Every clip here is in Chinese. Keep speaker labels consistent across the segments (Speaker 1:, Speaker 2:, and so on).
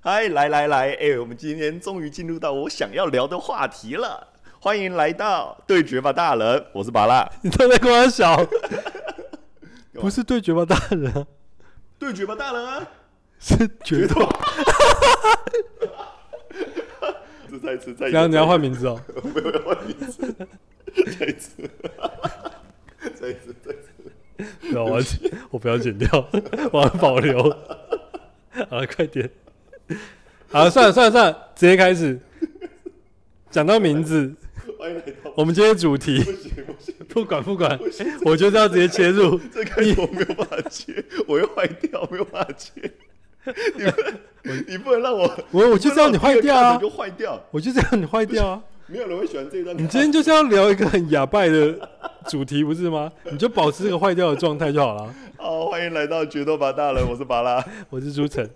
Speaker 1: 嗨，来来来，哎、我们今天终于进入到我想要聊的话题了。欢迎来到对决吧大人，我是巴拉。
Speaker 2: 你都在跟我小，
Speaker 1: 嘛
Speaker 2: 不是对决吧大人 啊，
Speaker 1: 对决吧大人 啊，
Speaker 2: 是决斗。
Speaker 1: 这再一次，再一次，
Speaker 2: 然后你要换
Speaker 1: 名，
Speaker 2: 名字 哦，
Speaker 1: 我要换名字，再一次，再一次，再一次。
Speaker 2: 然后哦我要剪，我不要剪掉， 我要保留。 好了，快点。好了，算了算了算了，直接开始。讲到名字，
Speaker 1: 欢迎来到
Speaker 2: 我们今天主题
Speaker 1: 不行不行，
Speaker 2: 不管不管，我就是要直接切入。
Speaker 1: 这开头没有办法接，我又坏掉，没有办法接。你们，你不能让我，
Speaker 2: 我我就是要你坏掉
Speaker 1: 你
Speaker 2: 啊！
Speaker 1: 就坏掉，
Speaker 2: 我就是要你坏掉啊！
Speaker 1: 没有人会喜欢这一段。
Speaker 2: 你今天就是要聊一个很哑巴的主题，不是吗？你就保持这个坏掉的状态就好了。
Speaker 1: 好，欢迎来到决斗吧大人，我是巴拉。
Speaker 2: 我是朱晨，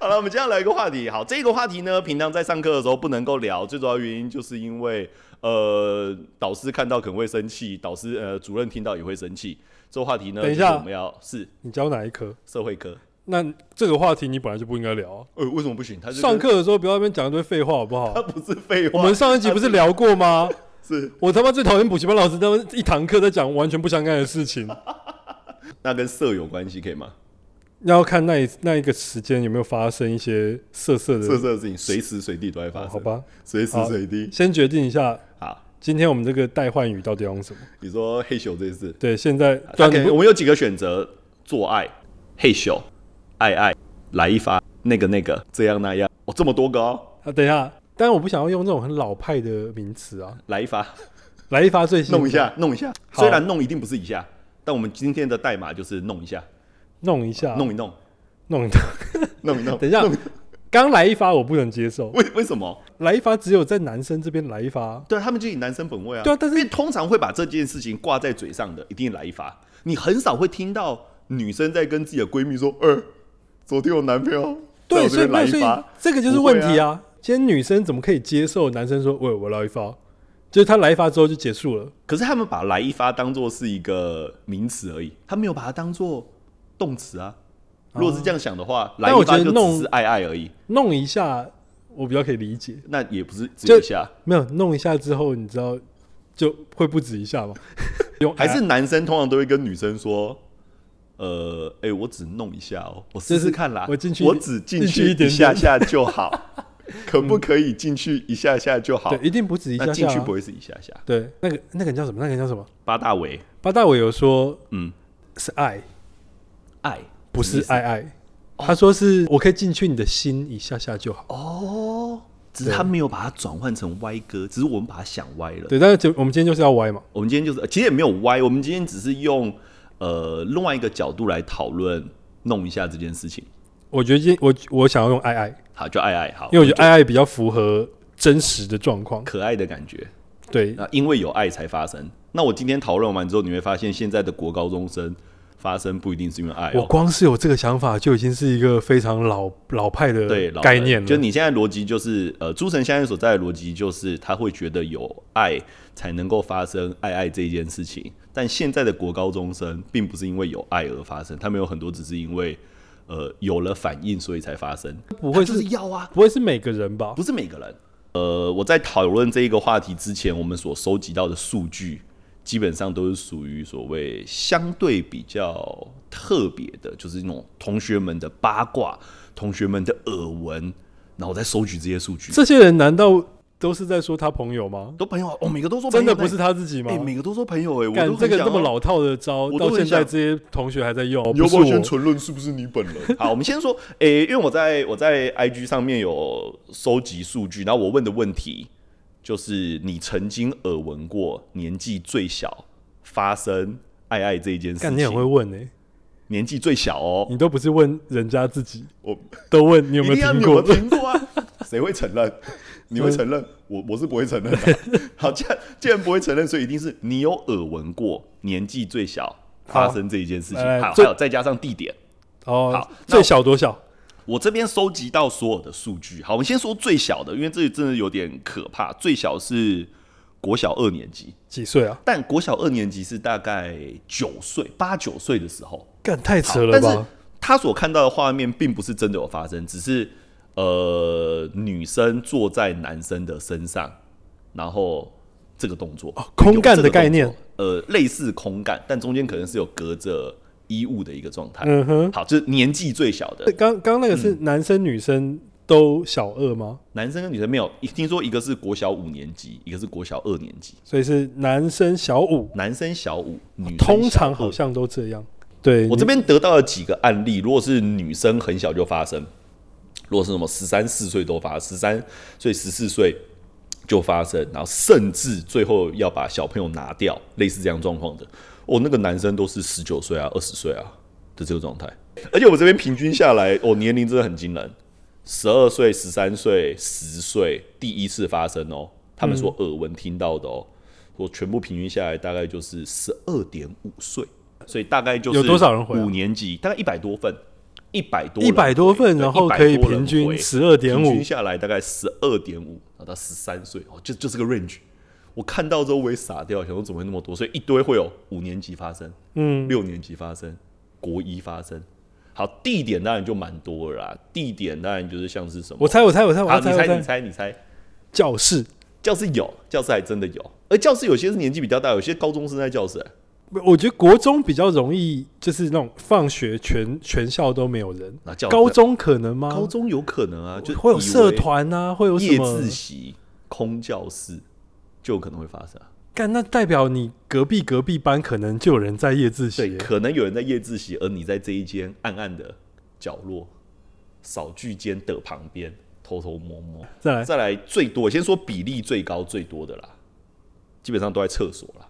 Speaker 1: 好了，我们接下来一个话题。好，这个话题呢，平常在上课的时候不能够聊，最主要原因就是因为呃，导师看到可能会生气，导师呃，主任听到也会生气。这个话题呢，
Speaker 2: 等一下
Speaker 1: 就是我们要是
Speaker 2: 你教哪一科？
Speaker 1: 社会科。
Speaker 2: 那这个话题你本来就不应该聊啊、
Speaker 1: 呃，为什么不行？他就
Speaker 2: 上
Speaker 1: 跟，
Speaker 2: 课的时候不要在那边讲一堆废话好不
Speaker 1: 他
Speaker 2: 好？
Speaker 1: 不是废话。
Speaker 2: 我们上一集不是聊过吗？
Speaker 1: 是
Speaker 2: 我他妈最讨厌补习班老师，他们一堂课在讲完全不相干的事情。
Speaker 1: 那跟色有关系，可以吗？
Speaker 2: 要看那一那一个时间有没有发生一些色色的，
Speaker 1: 色色的事情随时随地都会发
Speaker 2: 哦
Speaker 1: 生，
Speaker 2: 好？吧？
Speaker 1: 随时
Speaker 2: 好
Speaker 1: 随地。
Speaker 2: 先决定一下，
Speaker 1: 好，
Speaker 2: 今天我们这个代换语到底要用什么？
Speaker 1: 你说嘿咻这件事，
Speaker 2: 对，现在对、
Speaker 1: 他
Speaker 2: 啊、
Speaker 1: 可
Speaker 2: 你
Speaker 1: 以
Speaker 2: 不
Speaker 1: 我们有几个选择：做爱、嘿咻、爱爱、来一发、那个那个、这样那样。哦，这么多个哦，
Speaker 2: 啊，等一下，但我不想要用这种很老派的名词啊，
Speaker 1: 来一发，
Speaker 2: 来一发最新，
Speaker 1: 弄一，下，弄一下。
Speaker 2: 好
Speaker 1: 虽然弄一定不是一下，但我们今天的代码就是弄一下，
Speaker 2: 弄一下，
Speaker 1: 弄一弄，
Speaker 2: 弄一下。
Speaker 1: 弄一弄。
Speaker 2: 等一下
Speaker 1: 弄
Speaker 2: 刚来一发我不能接受，
Speaker 1: 为为什么？
Speaker 2: 来一发只有在男生这边来一发，
Speaker 1: 对啊他们就以男生本位啊。
Speaker 2: 对啊但是
Speaker 1: 因为通常会把这件事情挂在嘴上的，一定来一发。你很少会听到女生在跟自己的闺蜜说：“呃，昨天我男朋友在
Speaker 2: 对，
Speaker 1: 我这
Speaker 2: 所以
Speaker 1: 边来
Speaker 2: 那
Speaker 1: 一
Speaker 2: 所以
Speaker 1: 发。
Speaker 2: 这个就是
Speaker 1: 不会
Speaker 2: 问题啊。今天女生怎么可以接受男生说“喂，我来一发”，就是他来一发之后就结束了。”
Speaker 1: 可是他们把“来一发”当做是一个名词而已，他没有把它当做动词啊。如果是这样想的话，来
Speaker 2: 哦但我
Speaker 1: 一发
Speaker 2: 觉
Speaker 1: 就
Speaker 2: 得
Speaker 1: 只是
Speaker 2: 弄
Speaker 1: 爱爱而已，
Speaker 2: 弄一下，我比较可以理解。
Speaker 1: 那也不是只有一下。
Speaker 2: 没有弄一下之后，你知道就会不止一 下吗？用
Speaker 1: 还是男生通常都会跟女生说，呃，哎、我只弄一下哦，我试试看啦，
Speaker 2: 就是我进去
Speaker 1: 我只进
Speaker 2: 进去一点点
Speaker 1: 下下就好， 可不可以进去一下下就好？
Speaker 2: 对，一定不止一下
Speaker 1: 那进
Speaker 2: 下、
Speaker 1: 去
Speaker 2: 啊
Speaker 1: 不。会是一下下。
Speaker 2: 对，那个那个人叫什么？那个人叫什么？
Speaker 1: 八大维，
Speaker 2: 八大伟有说
Speaker 1: 嗯，
Speaker 2: 是爱，
Speaker 1: 爱
Speaker 2: 不是
Speaker 1: 什么
Speaker 2: 爱爱。他说是我可以进去你的心一下下就好。
Speaker 1: 哦，只是他没有把它转换成歪歌，只是我们把它想歪了。
Speaker 2: 对，但是就我们今天就是要歪嘛。
Speaker 1: 我们今天就是呃其实也没有歪，我们今天只是用呃另外一个角度来讨论弄一下这件事情。
Speaker 2: 我觉得今我我想要用爱爱，
Speaker 1: 好，就爱爱好，
Speaker 2: 因为我觉得爱爱比较符合真实的状况。
Speaker 1: 可爱的感觉。
Speaker 2: 对，
Speaker 1: 那因为有爱才发生。那我今天讨论完之后，你会发现现在的国高中生发生不一定是因为爱、
Speaker 2: 我
Speaker 1: 哦，
Speaker 2: 光是有这个想法就已经是一个非常老老派的
Speaker 1: 对老
Speaker 2: 概
Speaker 1: 人
Speaker 2: 念了。
Speaker 1: 就你现在逻辑就是，呃，朱晨现在所在的逻辑就是，他会觉得有爱才能够发生爱爱这件事情。但现在的国高中生并不是因为有爱而发生，他们有很多只是因为，呃，有了反应所以才发生。
Speaker 2: 不会
Speaker 1: 他就是要啊，
Speaker 2: 不会是每个人吧？
Speaker 1: 不是每个人。呃，我在讨论这一个话题之前，我们所收集到的数据，基本上都是属于所谓相对比较特别的，就是那种同学们的八卦、同学们的耳闻，然后我在收集这些数据。
Speaker 2: 这些人难道都是在说他朋友吗？
Speaker 1: 都朋友啊哦，每个都说朋
Speaker 2: 真
Speaker 1: 友
Speaker 2: 的不
Speaker 1: 呢
Speaker 2: 是他自己吗
Speaker 1: 哎、？每个都说朋友哎、我
Speaker 2: 干
Speaker 1: 都
Speaker 2: 这
Speaker 1: 很
Speaker 2: 个
Speaker 1: 想
Speaker 2: 这么
Speaker 1: 要
Speaker 2: 老套的招，
Speaker 1: 我都
Speaker 2: 到
Speaker 1: 很
Speaker 2: 现在
Speaker 1: 想
Speaker 2: 这些同学还在
Speaker 1: 哦
Speaker 2: 用，
Speaker 3: 你要
Speaker 2: 不是
Speaker 3: 不要先
Speaker 2: 我。
Speaker 3: 承认是不是你本人？
Speaker 1: 好，我们先说，诶、因为我在我在 IG 上面有收集数据，然后我问的问题就是你曾经耳闻过年纪最小发生爱爱这一件事
Speaker 2: 干，你很会
Speaker 1: 情，
Speaker 2: 问呢、欸
Speaker 1: 年纪最小哦，
Speaker 2: 你都不是问人家自己，
Speaker 1: 我
Speaker 2: 都问你有没有
Speaker 1: 一定要
Speaker 2: 听
Speaker 1: 你有
Speaker 2: 过
Speaker 1: 没？有听过啊？ 谁会承 认？你会承认？我我是不会承认的、好，既然既然不会承认，所以一定是你有耳闻过年纪最小发生这一件事情。
Speaker 2: 好来来
Speaker 1: 好，还
Speaker 2: 哎最
Speaker 1: 有再加上地点， 好，
Speaker 2: 哦
Speaker 1: 那我
Speaker 2: 最小多小？
Speaker 1: 我这边收集到所有的数据，好，我们先说最小的，因为这真的有点可怕。最小是国小二年级，
Speaker 2: 几岁啊？
Speaker 1: 但国小二年级是大概九岁、八九岁的时候，
Speaker 2: 干太
Speaker 1: 好
Speaker 2: 扯了
Speaker 1: 但是
Speaker 2: 吧？
Speaker 1: 他所看到的画面并不是真的有发生，只是呃女生坐在男生的身上，然后这个动作哦
Speaker 2: 空干的概念，
Speaker 1: 呃，类似空干，但中间可能是有隔着衣物的一个状态。
Speaker 2: 嗯哼，
Speaker 1: 好，就是年纪最小的
Speaker 2: 刚刚那个是
Speaker 1: 嗯
Speaker 2: 男生女生都小二吗？
Speaker 1: 男生跟女生没有，听说一个是国小五年级，一个是国小二年级，
Speaker 2: 所以是男生小五，
Speaker 1: 男生小五，女生小
Speaker 2: 通常好
Speaker 1: 二
Speaker 2: 像都这样。对，
Speaker 1: 我
Speaker 2: 你
Speaker 1: 这边得到了几个案例，如果是女生很小就发生，如果是什么十三四岁都发，十三岁十四岁就发生，然后甚至最后要把小朋友拿掉，类似这样状况的，哦，那个男生都是十九岁啊、二十岁啊的这个状态，而且我这边平均下来，哦，年龄真的很惊人，十二岁、十三岁、十岁第一次发生哦，他们
Speaker 2: 嗯
Speaker 1: 所耳闻听到的哦，我全部平均下来大概就是十二点五岁，所以大概就是
Speaker 2: 有多少人回啊
Speaker 1: 五年级大概一百多份，一百多人
Speaker 2: 一百多
Speaker 1: 回
Speaker 2: 份，
Speaker 1: 对
Speaker 2: 然后
Speaker 1: 100
Speaker 2: 可以
Speaker 1: 多人
Speaker 2: 平均
Speaker 1: 回
Speaker 2: 十二点
Speaker 1: 平
Speaker 2: 五
Speaker 1: 均，下来大概十二点五，然后到十三岁哦，就就这个 range。我看到之后我也傻掉，想说怎么会那么多？所以一堆会有五年级发生，
Speaker 2: 嗯，
Speaker 1: 六年级发生，国一发生。好，地点当然就蛮多了啦。地点当然就是像是什么，
Speaker 2: 我猜，我猜，我猜，
Speaker 1: 好，
Speaker 2: 我
Speaker 1: 你
Speaker 2: 猜，我
Speaker 1: 猜，你
Speaker 2: 猜，
Speaker 1: 猜，你猜，
Speaker 2: 教室。
Speaker 1: 教室有，教室还真的有。而教室有些是年纪比较大，有些高中生在教室、
Speaker 2: 啊
Speaker 1: 欸
Speaker 2: 我觉得国中比较容易，就是那种放学全全校都没有人。
Speaker 1: 那啊教
Speaker 2: 高中可能吗？
Speaker 1: 高中有可能啊，就
Speaker 2: 会有
Speaker 1: 以为
Speaker 2: 社团啊，会有什
Speaker 1: 夜
Speaker 2: 么
Speaker 1: 自？习、空教室，就有可能会发生啊。
Speaker 2: 干，那代表你隔壁隔壁班可能就有人在夜自习
Speaker 1: 对，
Speaker 2: 耶。
Speaker 1: 可能有人在夜自习，而你在这一间暗暗的角落、扫具间的旁边偷偷摸摸。
Speaker 2: 再来，
Speaker 1: 再来最多，先说比例最高最多的啦，基本上都在厕所啦，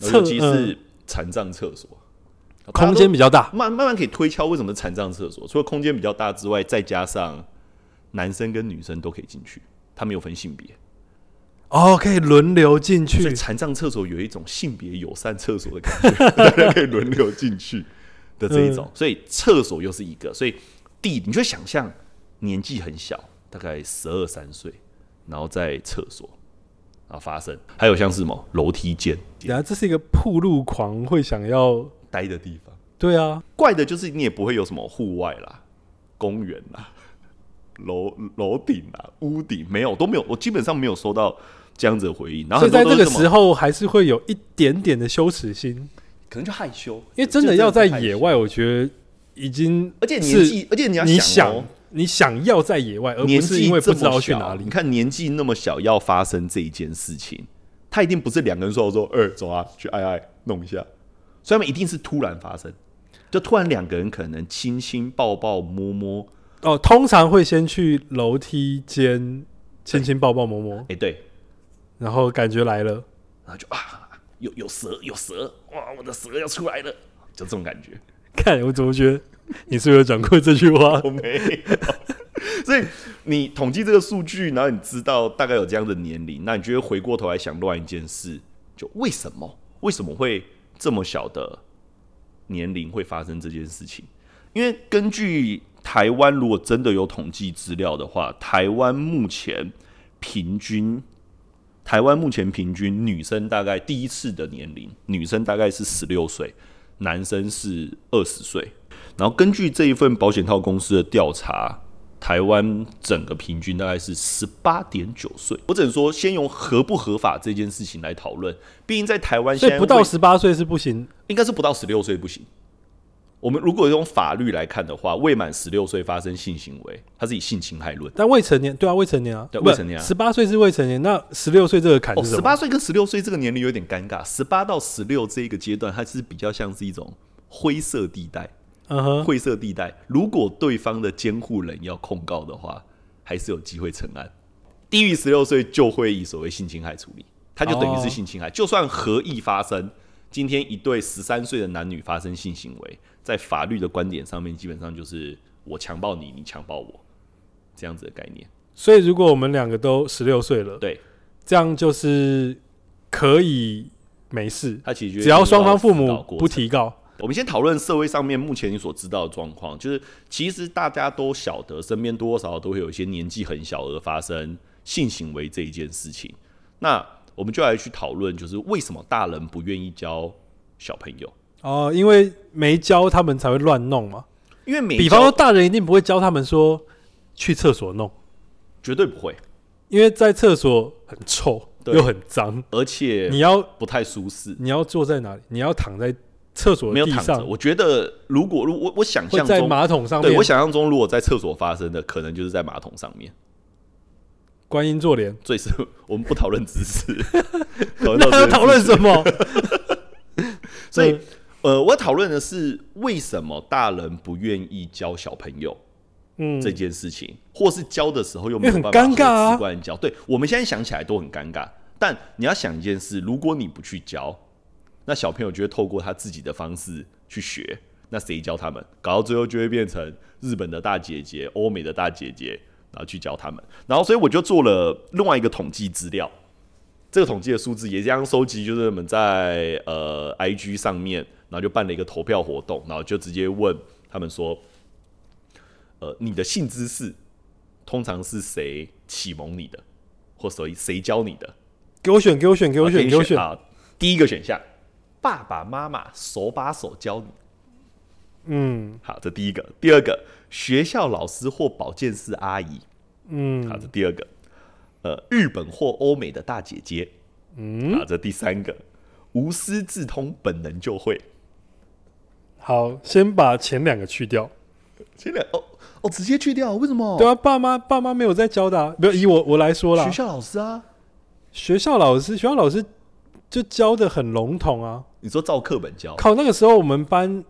Speaker 1: 然后尤
Speaker 2: 厕
Speaker 1: 其是
Speaker 2: 嗯
Speaker 1: 残障厕所，大家都
Speaker 2: 空间比较大，
Speaker 1: 慢慢慢可以推敲为什么是残障厕所，除了空间比较大之外，再加上男生跟女生都可以进去，他没有分性别，
Speaker 2: 哦，可以轮流进
Speaker 1: 所以
Speaker 2: 去。
Speaker 1: 残障厕所有一种性别友善厕所的感觉， 大家可以轮流进去的这
Speaker 2: 嗯
Speaker 1: 一种，所以厕所又是一个，所以弟你就想象年纪很小，大概十二三岁，然后在厕所啊发生，还有像是什么楼梯间
Speaker 2: 然后这是一个铺路狂会想要，
Speaker 1: 待的地方，
Speaker 2: 对啊，
Speaker 1: 怪的就是你也不会有什么户外啦、公园啦、楼楼顶啦、屋顶没有都没有，我基本上没有收到这样子的回应，然后
Speaker 2: 所以
Speaker 1: 很多
Speaker 2: 在
Speaker 1: 都
Speaker 2: 这
Speaker 1: 是
Speaker 2: 个
Speaker 1: 什么
Speaker 2: 时候还是会有一点点的羞耻心，
Speaker 1: 可能就害羞，
Speaker 2: 因为真
Speaker 1: 就
Speaker 2: 的要在野
Speaker 1: 外。
Speaker 2: 外，我觉得已经
Speaker 1: 而且年
Speaker 2: 是
Speaker 1: 纪，而且你要
Speaker 2: 你
Speaker 1: 想、哦
Speaker 2: 想，你想要在野外，而
Speaker 1: 年
Speaker 2: 不是
Speaker 1: 纪
Speaker 2: 因为
Speaker 1: 这
Speaker 2: 不知
Speaker 1: 么
Speaker 2: 道去
Speaker 1: 小，
Speaker 2: 哪里
Speaker 1: 你。看年纪那么小要发生这一件事情，他一定不是两个人说说，哎、走啊，去爱爱弄一下，所以他们一定是突然发生，就突然两个人可能亲亲抱抱摸摸，
Speaker 2: 哦，通常会先去楼梯间亲亲抱抱摸摸
Speaker 1: 哎、，对，
Speaker 2: 然后感觉来了，
Speaker 1: 然后就啊，有有蛇有蛇，哇，我的蛇要出来了，就这种感觉。
Speaker 2: 看我怎么觉得你是不是有讲过这句话？
Speaker 1: 我没有。所以你统计这个数据，然后你知道大概有这样的年龄，那你就会回过头来想乱一件事，就为什么为什么会这么小的年龄会发生这件事情？因为根据台湾如果真的有统计资料的话，台湾目前平均。台湾目前平均女生大概第一次的年龄，女生大概是十六岁，男生是二十岁。然后根据这一份保险套公司的调查，台湾整个平均大概是十八点九岁。我只能说，先用合不合法这件事情来讨论，毕竟在台湾
Speaker 2: 所
Speaker 1: 现在
Speaker 2: 以不到
Speaker 1: 未
Speaker 2: 十八岁是不行。
Speaker 1: 应该是不到十六岁不行。我们如果用法律来看的话，未满十六岁发生性行为，它是以性侵害论。
Speaker 2: 但未成年，对啊，未成年啊，
Speaker 1: 对未成年啊
Speaker 2: 十八岁是未成年，那十六岁这个坎
Speaker 1: 哦，
Speaker 2: 是什
Speaker 1: 十
Speaker 2: 么？
Speaker 1: 八岁跟十六岁这个年龄有点尴尬。十八到十六这一个阶段，它是比较像是一种灰色地带。
Speaker 2: 嗯哼，
Speaker 1: 灰色地带，如果对方的监护人要控告的话，还是有机会成案。低于十六岁就会以所谓性侵害处理，它就
Speaker 2: 哦
Speaker 1: 等于是性侵害。就算合意发生，今天一对十三岁的男女发生性行为，在法律的观点上面，基本上就是我强暴你，你强暴我这样子的概念。
Speaker 2: 所以如果我们两个都十六岁了，
Speaker 1: 对，
Speaker 2: 这样就是可以没事，
Speaker 1: 它其实就是
Speaker 2: 只要双方父
Speaker 1: 一个
Speaker 2: 母
Speaker 1: 辅导过
Speaker 2: 不
Speaker 1: 程
Speaker 2: 提告。
Speaker 1: 我们先讨论社会上面目前你所知道的状况，就是其实大家都晓得，身边多多少少都会有一些年纪很小而发生性行为这一件事情。那我们就来去讨论，就是为什么大人不愿意教小朋友？
Speaker 2: 哦，因为没教他们才会乱弄嘛。
Speaker 1: 因为每
Speaker 2: 比方
Speaker 1: 教
Speaker 2: 说，大人一定不会教他们说，去厕所弄，
Speaker 1: 绝对不会，
Speaker 2: 因为在厕所很臭
Speaker 1: 对
Speaker 2: 又很脏，
Speaker 1: 而且
Speaker 2: 你要
Speaker 1: 不太舒适。
Speaker 2: 你要坐在哪里？你要躺在厕所
Speaker 1: 没
Speaker 2: 的
Speaker 1: 有
Speaker 2: 地
Speaker 1: 躺着，
Speaker 2: 上，
Speaker 1: 我觉得如果如我我想
Speaker 2: 会
Speaker 1: 象
Speaker 2: 在
Speaker 1: 中，
Speaker 2: 马桶上
Speaker 1: 对
Speaker 2: 面
Speaker 1: 我想象中，如果在厕所发生的，可能就是在马桶上面。
Speaker 2: 观音坐 莲。
Speaker 1: 最是我们不讨论姿 势，讨论到
Speaker 2: 那
Speaker 1: 这个
Speaker 2: 要讨论
Speaker 1: 姿势
Speaker 2: 什么？
Speaker 1: 所以
Speaker 2: 嗯，
Speaker 1: 呃，我要讨论的是为什么大人不愿意教小朋友
Speaker 2: 嗯，
Speaker 1: 这件事情，或是教的时候又没有
Speaker 2: 因为
Speaker 1: 办法
Speaker 2: 很尴尬啊
Speaker 1: 直观地教。对，我们现在想起来都很尴尬，但你要想一件事，如果你不去教，那小朋友就会透过他自己的方式去学。那谁教他们？搞到最后就会变成日本的大姐姐、欧美的大姐姐，然后去教他们。然后，所以我就做了另外一个统计资料，这个统计的数字也这样收集，就是我们在呃 IG 上面，然后就办了一个投票活动，然后就直接问他们说，呃，你的性知识通常是谁启蒙你的，或所以谁教你的？
Speaker 2: 给我选，给我选，给我
Speaker 1: 好
Speaker 2: 选，
Speaker 1: 给
Speaker 2: 给
Speaker 1: 你
Speaker 2: 我选。
Speaker 1: 啊！第一个选项，爸爸妈妈手把手教你。
Speaker 2: 嗯
Speaker 1: 好，这第一个。第二个，学校老师或保健室阿姨。
Speaker 2: 嗯
Speaker 1: 好，这第二个。呃，日本或欧美的大姐姐。
Speaker 2: 嗯，
Speaker 1: 好，这第三个，无师自通，本能就会。
Speaker 2: 好，先把前两个去掉。
Speaker 1: 这两哦哦，直接去掉，为什么？
Speaker 2: 对啊，爸妈爸妈没有在教的、啊，没有以我我来说啦
Speaker 1: 学，校老师啊，
Speaker 2: 学校老师学校老师就教的很笼统啊。
Speaker 1: 你说照课本教，
Speaker 2: 靠，那个时候我们班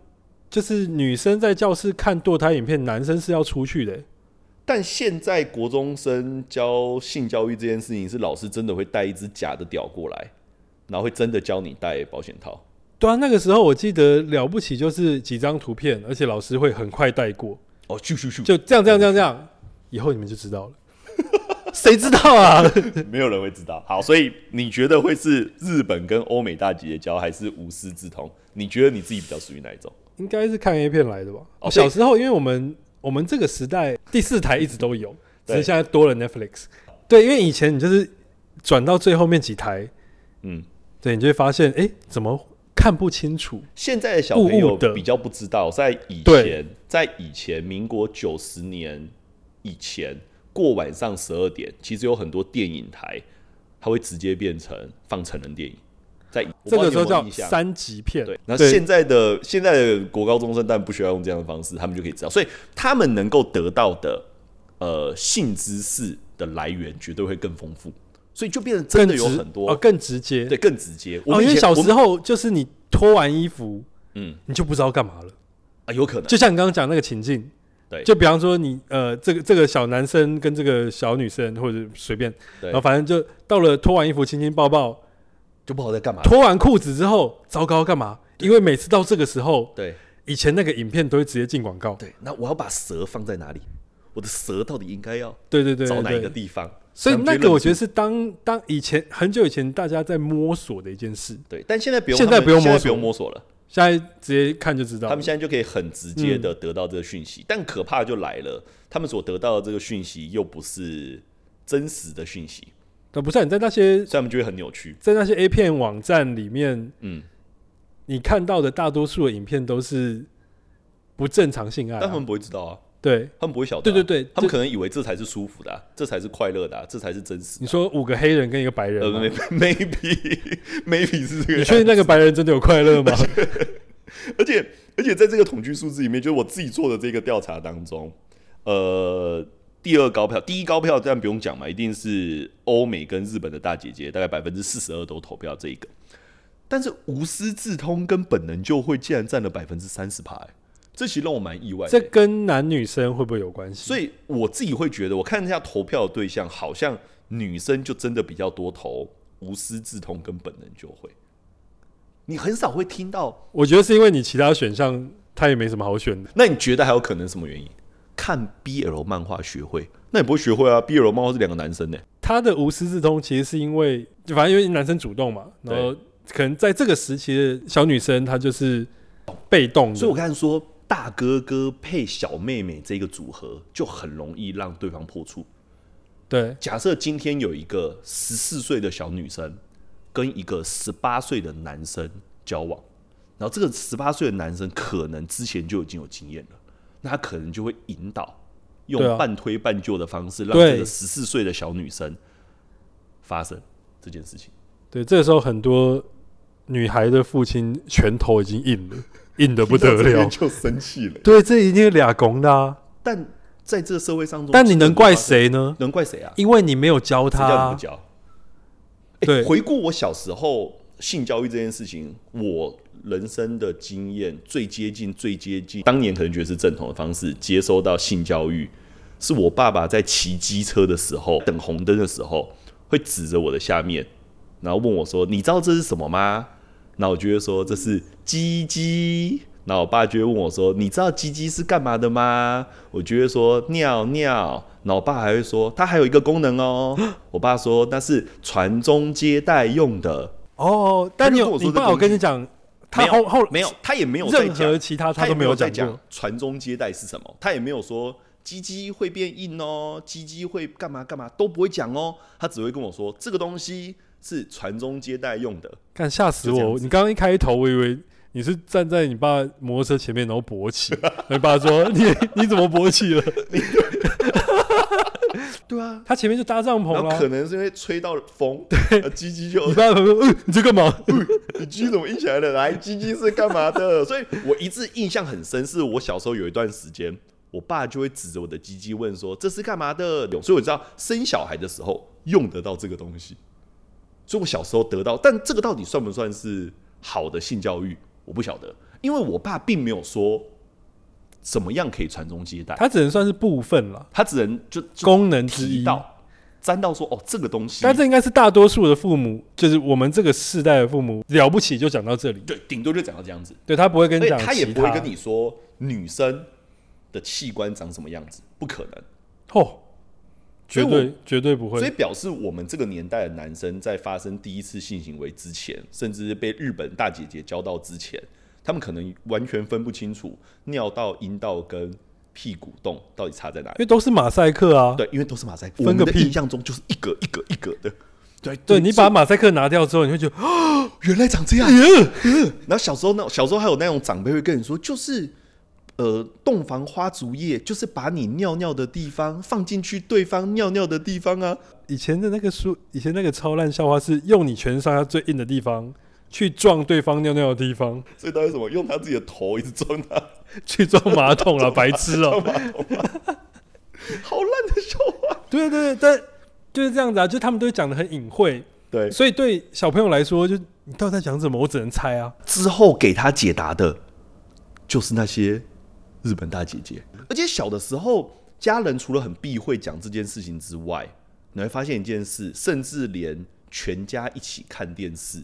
Speaker 2: 就是女生在教室看堕胎影片，男生是要出去的欸、
Speaker 1: 但现在国中生教性教育这件事情，是老师真的会带一只假的屌过来，然后会真的教你戴保险套。
Speaker 2: 对啊，那个时候我记得了不起就是几张图片，而且老师会很快带过，
Speaker 1: 哦，咻咻咻，
Speaker 2: 就这样这样这样这样，以后你们就知道了。谁知道啊？
Speaker 1: 没有人会知道。好，所以你觉得会是日本跟欧美大姐姐教，还是无师自通？你觉得你自己比较属于哪一种？
Speaker 2: 应该是看 A 片来的吧？
Speaker 1: 哦
Speaker 2: 小时候，因为我们我们这个时代第四台一直都有，只
Speaker 1: 对
Speaker 2: 是现在多了 Netflix。对，因为以前你就是转到最后面几台，
Speaker 1: 嗯，
Speaker 2: 对你就会发现，哎、怎么看不清楚？
Speaker 1: 现在的小朋
Speaker 2: 雾
Speaker 1: 友
Speaker 2: 雾的
Speaker 1: 比较不知道，在以
Speaker 2: 对
Speaker 1: 前，在以前民国九十年以前，过晚上十二点，其实有很多电影台，它会直接变成放成人电影。在以
Speaker 2: 这
Speaker 1: 我不
Speaker 2: 个时候
Speaker 1: 知道
Speaker 2: 叫
Speaker 1: 你有没有印象
Speaker 2: 三级片。
Speaker 1: 对，那现在的现在的国高中生，但不需要用这样的方式，他们就可以知道，所以他们能够得到的呃性知识的来源绝对会更丰富，所以就变得真
Speaker 2: 更
Speaker 1: 的
Speaker 2: 直
Speaker 1: 有很多、
Speaker 2: 哦，更直接。
Speaker 1: 对更直接。我
Speaker 2: 哦，
Speaker 1: 们
Speaker 2: 因
Speaker 1: 以
Speaker 2: 为
Speaker 1: 前、
Speaker 2: 小
Speaker 1: 我
Speaker 2: 时
Speaker 1: 们
Speaker 2: 候就是你脱完衣服，
Speaker 1: 嗯
Speaker 2: 你就不知道干嘛了。
Speaker 1: 啊有可能
Speaker 2: 就像你刚刚讲那个情境，
Speaker 1: 对
Speaker 2: 就比方说你呃，这个这个小男生跟这个小女生，或者随便，
Speaker 1: 对
Speaker 2: 然后反正就到了脱完衣服亲亲抱抱，
Speaker 1: 就不好在干嘛。
Speaker 2: 脱完裤子之后，糟糕，干嘛？因为每次到这个时候，
Speaker 1: 对
Speaker 2: 以前那个影片都会直接进广告。
Speaker 1: 对，那我要把蛇放在哪里？我的蛇到底应该要
Speaker 2: 对对对
Speaker 1: 找哪一
Speaker 2: 对
Speaker 1: 个
Speaker 2: 对。
Speaker 1: 地方？
Speaker 2: 所以
Speaker 1: 他们就
Speaker 2: 那
Speaker 1: 会
Speaker 2: 个我
Speaker 1: 认
Speaker 2: 觉得
Speaker 1: 出
Speaker 2: 是当当以前很久以前大家在摸索的一件事，
Speaker 1: 对，但现在不用，
Speaker 2: 现在
Speaker 1: 他们
Speaker 2: 不用
Speaker 1: 现在
Speaker 2: 摸
Speaker 1: 不用
Speaker 2: 索
Speaker 1: 摸索了。
Speaker 2: 现在直接看就知道
Speaker 1: 他
Speaker 2: 了
Speaker 1: 们。现在就可以很直接
Speaker 2: 嗯
Speaker 1: 的得到这个讯息，但可怕就来了，他们所得到的这个讯息又不是真实的讯息，
Speaker 2: 那不是啊你在那些
Speaker 1: 所以他们就会很扭曲。
Speaker 2: 在那些 A 片网站里面，
Speaker 1: 嗯，
Speaker 2: 你看到的大多数的影片都是不正常性爱、
Speaker 1: 但他
Speaker 2: 啊。
Speaker 1: 们不会知道啊，
Speaker 2: 对，
Speaker 1: 他们不会晓得啊、
Speaker 2: 对对对
Speaker 1: 他们
Speaker 2: 这
Speaker 1: 可能以为这才是舒服的啊、这才是快乐的啊、这才是真实的
Speaker 2: 你
Speaker 1: 啊。
Speaker 2: 说五个黑人跟一个白人
Speaker 1: 呃
Speaker 2: 吗，
Speaker 1: ，maybe maybe 是这个
Speaker 2: 你
Speaker 1: 样
Speaker 2: 确
Speaker 1: 子，
Speaker 2: 定那个白人真的有快 乐吗？
Speaker 1: 而且而且在这个统计数字里面，就是我自己做的这个调查当中，呃，第二高票，第一高票当然不用讲嘛，一定是欧美跟日本的大姐姐，大概百分之四十二都投票这一个。但是无师自通跟本能就会竟然占了百分之三十趴，欸这其实让我蛮意外的欸
Speaker 2: 这。跟男女生会不会有关系？
Speaker 1: 所以我自己会觉得，我看一下投票的对象，好像女生就真的比较多投无师自通跟本能就会。你很少会听到
Speaker 2: 我觉得是因为你其他选项他也没什么好选的。
Speaker 1: 那你觉得还有可能什么原因？看 BL 漫画学会？那你不会学会啊？BL 漫画是两个男生呢、
Speaker 2: 他的无师自通其实是因为，就反正因为男生主动嘛，
Speaker 1: 对
Speaker 2: 然后可能在这个时期的小女生她就是被动
Speaker 1: 所以
Speaker 2: 的
Speaker 1: 我，刚才说大哥哥配小妹妹这个组合，就很容易让对方破处。
Speaker 2: 对，
Speaker 1: 假设今天有一个十四岁的小女生跟一个十八岁的男生交往，然后这个十八岁的男生可能之前就已经有经验了，那他可能就会引导
Speaker 2: 对啊
Speaker 1: 用半推半就的方式，让
Speaker 2: 对
Speaker 1: 这个十四岁的小女生发生这件事情。
Speaker 2: 对，这个时候很多女孩的父亲拳头已经硬了，硬的不得
Speaker 1: 听到这边
Speaker 2: 了。
Speaker 1: 就生气了。
Speaker 2: 对，这一定是俩拱的啊。
Speaker 1: 但在这社会上中，
Speaker 2: 但你能怪？谁呢？
Speaker 1: 能怪谁啊？
Speaker 2: 因为你没有教
Speaker 1: 这
Speaker 2: 他
Speaker 1: 叫你不
Speaker 2: 啊。
Speaker 1: 教。欸
Speaker 2: 对
Speaker 1: 回顾我小时候性教育这件事情，我人生的经验最接近、最接近，当年可能觉得是正统的方式接收到性教育，是我爸爸在骑机车的时候，等红灯的时候，会指着我的下面，然后问我说：“你知道这是什么吗？”然后我就会说：“这是鸡鸡。”然后我爸就会问我说：“你知道鸡鸡是干嘛的吗？”我就会说：“尿尿。”然后我爸还会说：“它还有一个功能哦。”我爸说：“那是传宗接代用的。
Speaker 2: 哦，但你
Speaker 1: 他就跟
Speaker 2: 有
Speaker 1: 我说
Speaker 2: 你
Speaker 1: 这
Speaker 2: 爸有
Speaker 1: 东
Speaker 2: 跟你
Speaker 1: 西
Speaker 2: 讲，他
Speaker 1: 没有
Speaker 2: 后后”
Speaker 1: 没有，他也没有在
Speaker 2: 任
Speaker 1: 讲
Speaker 2: 何，其他他
Speaker 1: 也
Speaker 2: 都
Speaker 1: 没
Speaker 2: 有
Speaker 1: 在
Speaker 2: 讲
Speaker 1: 讲
Speaker 2: 过。
Speaker 1: 传宗接代是什么，他也没有说鸡鸡会变硬哦，鸡鸡会干嘛干嘛都不会讲哦，他只会跟我说这个东西是传宗接代用的。
Speaker 2: 看吓死
Speaker 1: 就这
Speaker 2: 我！
Speaker 1: 样子
Speaker 2: 你刚刚一开头，我以为你是站在你爸摩托车前面，然后勃起。你爸说：“你你怎么勃起了
Speaker 1: 对啊？”，
Speaker 2: 他前面就搭帐篷
Speaker 1: 然后可
Speaker 2: 了。
Speaker 1: 能是因为吹到风，对，鸡鸡就
Speaker 2: 你爸说：“嗯，你在干嘛
Speaker 1: 你鸡怎么硬起来了？来，鸡鸡是干嘛的？所以我一直印象很深，是我小时候有一段时间，我爸就会指着我的鸡鸡问说：“这是干嘛的？”所以我知道生小孩的时候用得到这个东西，所以我小时候得到，但这个到底算不算是好的性教育？我不晓得，因为我爸并没有说怎么样可以传宗接？”代，
Speaker 2: 他只能算是部分了，
Speaker 1: 他只能就就
Speaker 2: 功能之
Speaker 1: 提
Speaker 2: 一。
Speaker 1: 到沾到说：“哦，这个东西。”
Speaker 2: 但这应该是大多数的父母，就是我们这个世代的父母，了不起就讲到这里。
Speaker 1: 对，顶多就讲到这样子。
Speaker 2: 对他不会跟你
Speaker 1: 所以
Speaker 2: 讲
Speaker 1: 哎他也
Speaker 2: 其
Speaker 1: 不会跟你说女生的器官长什么样子，不可能。
Speaker 2: 哦，
Speaker 1: 所
Speaker 2: 绝
Speaker 1: 以我
Speaker 2: 对绝对不
Speaker 1: 所以
Speaker 2: 会。
Speaker 1: 表示我们这个年代的男生在发生第一次性行为之前，甚至是被日本大姐姐教到之前，他们可能完全分不清楚尿道、阴道跟屁股洞到底差在哪
Speaker 2: 因
Speaker 1: 里。
Speaker 2: 为都是马赛克啊，
Speaker 1: 对，因为都是马赛克，
Speaker 2: 分个
Speaker 1: 我们的
Speaker 2: 屁
Speaker 1: 印象中就是一格一格一格的。对，
Speaker 2: 对你把马赛克拿掉之后，你会觉得 哦
Speaker 1: 原来长这样。嗯然后小时候那小时候还有那种长辈会跟你说，就是呃，洞房花烛夜，就是把你尿尿的地方放进去对方尿尿的地方啊。
Speaker 2: 以前的那个书，以前那个超烂笑话是用你全身上下最硬的地方去撞对方尿尿的地方，
Speaker 1: 所以他为什么用他自己的头一直撞他？
Speaker 2: 去撞马桶 了，白痴哦、
Speaker 1: 好烂的笑话。
Speaker 2: 对对对，但就是这样子啊，就他们都会讲的很隐晦，
Speaker 1: 对，
Speaker 2: 所以对小朋友来说，就你到底在讲什么，我只能猜啊。
Speaker 1: 之后给他解答的，就是那些日本大姐姐。而且小的时候，家人除了很避讳讲这件事情之外，你会发现一件事，甚至连全家一起看电视，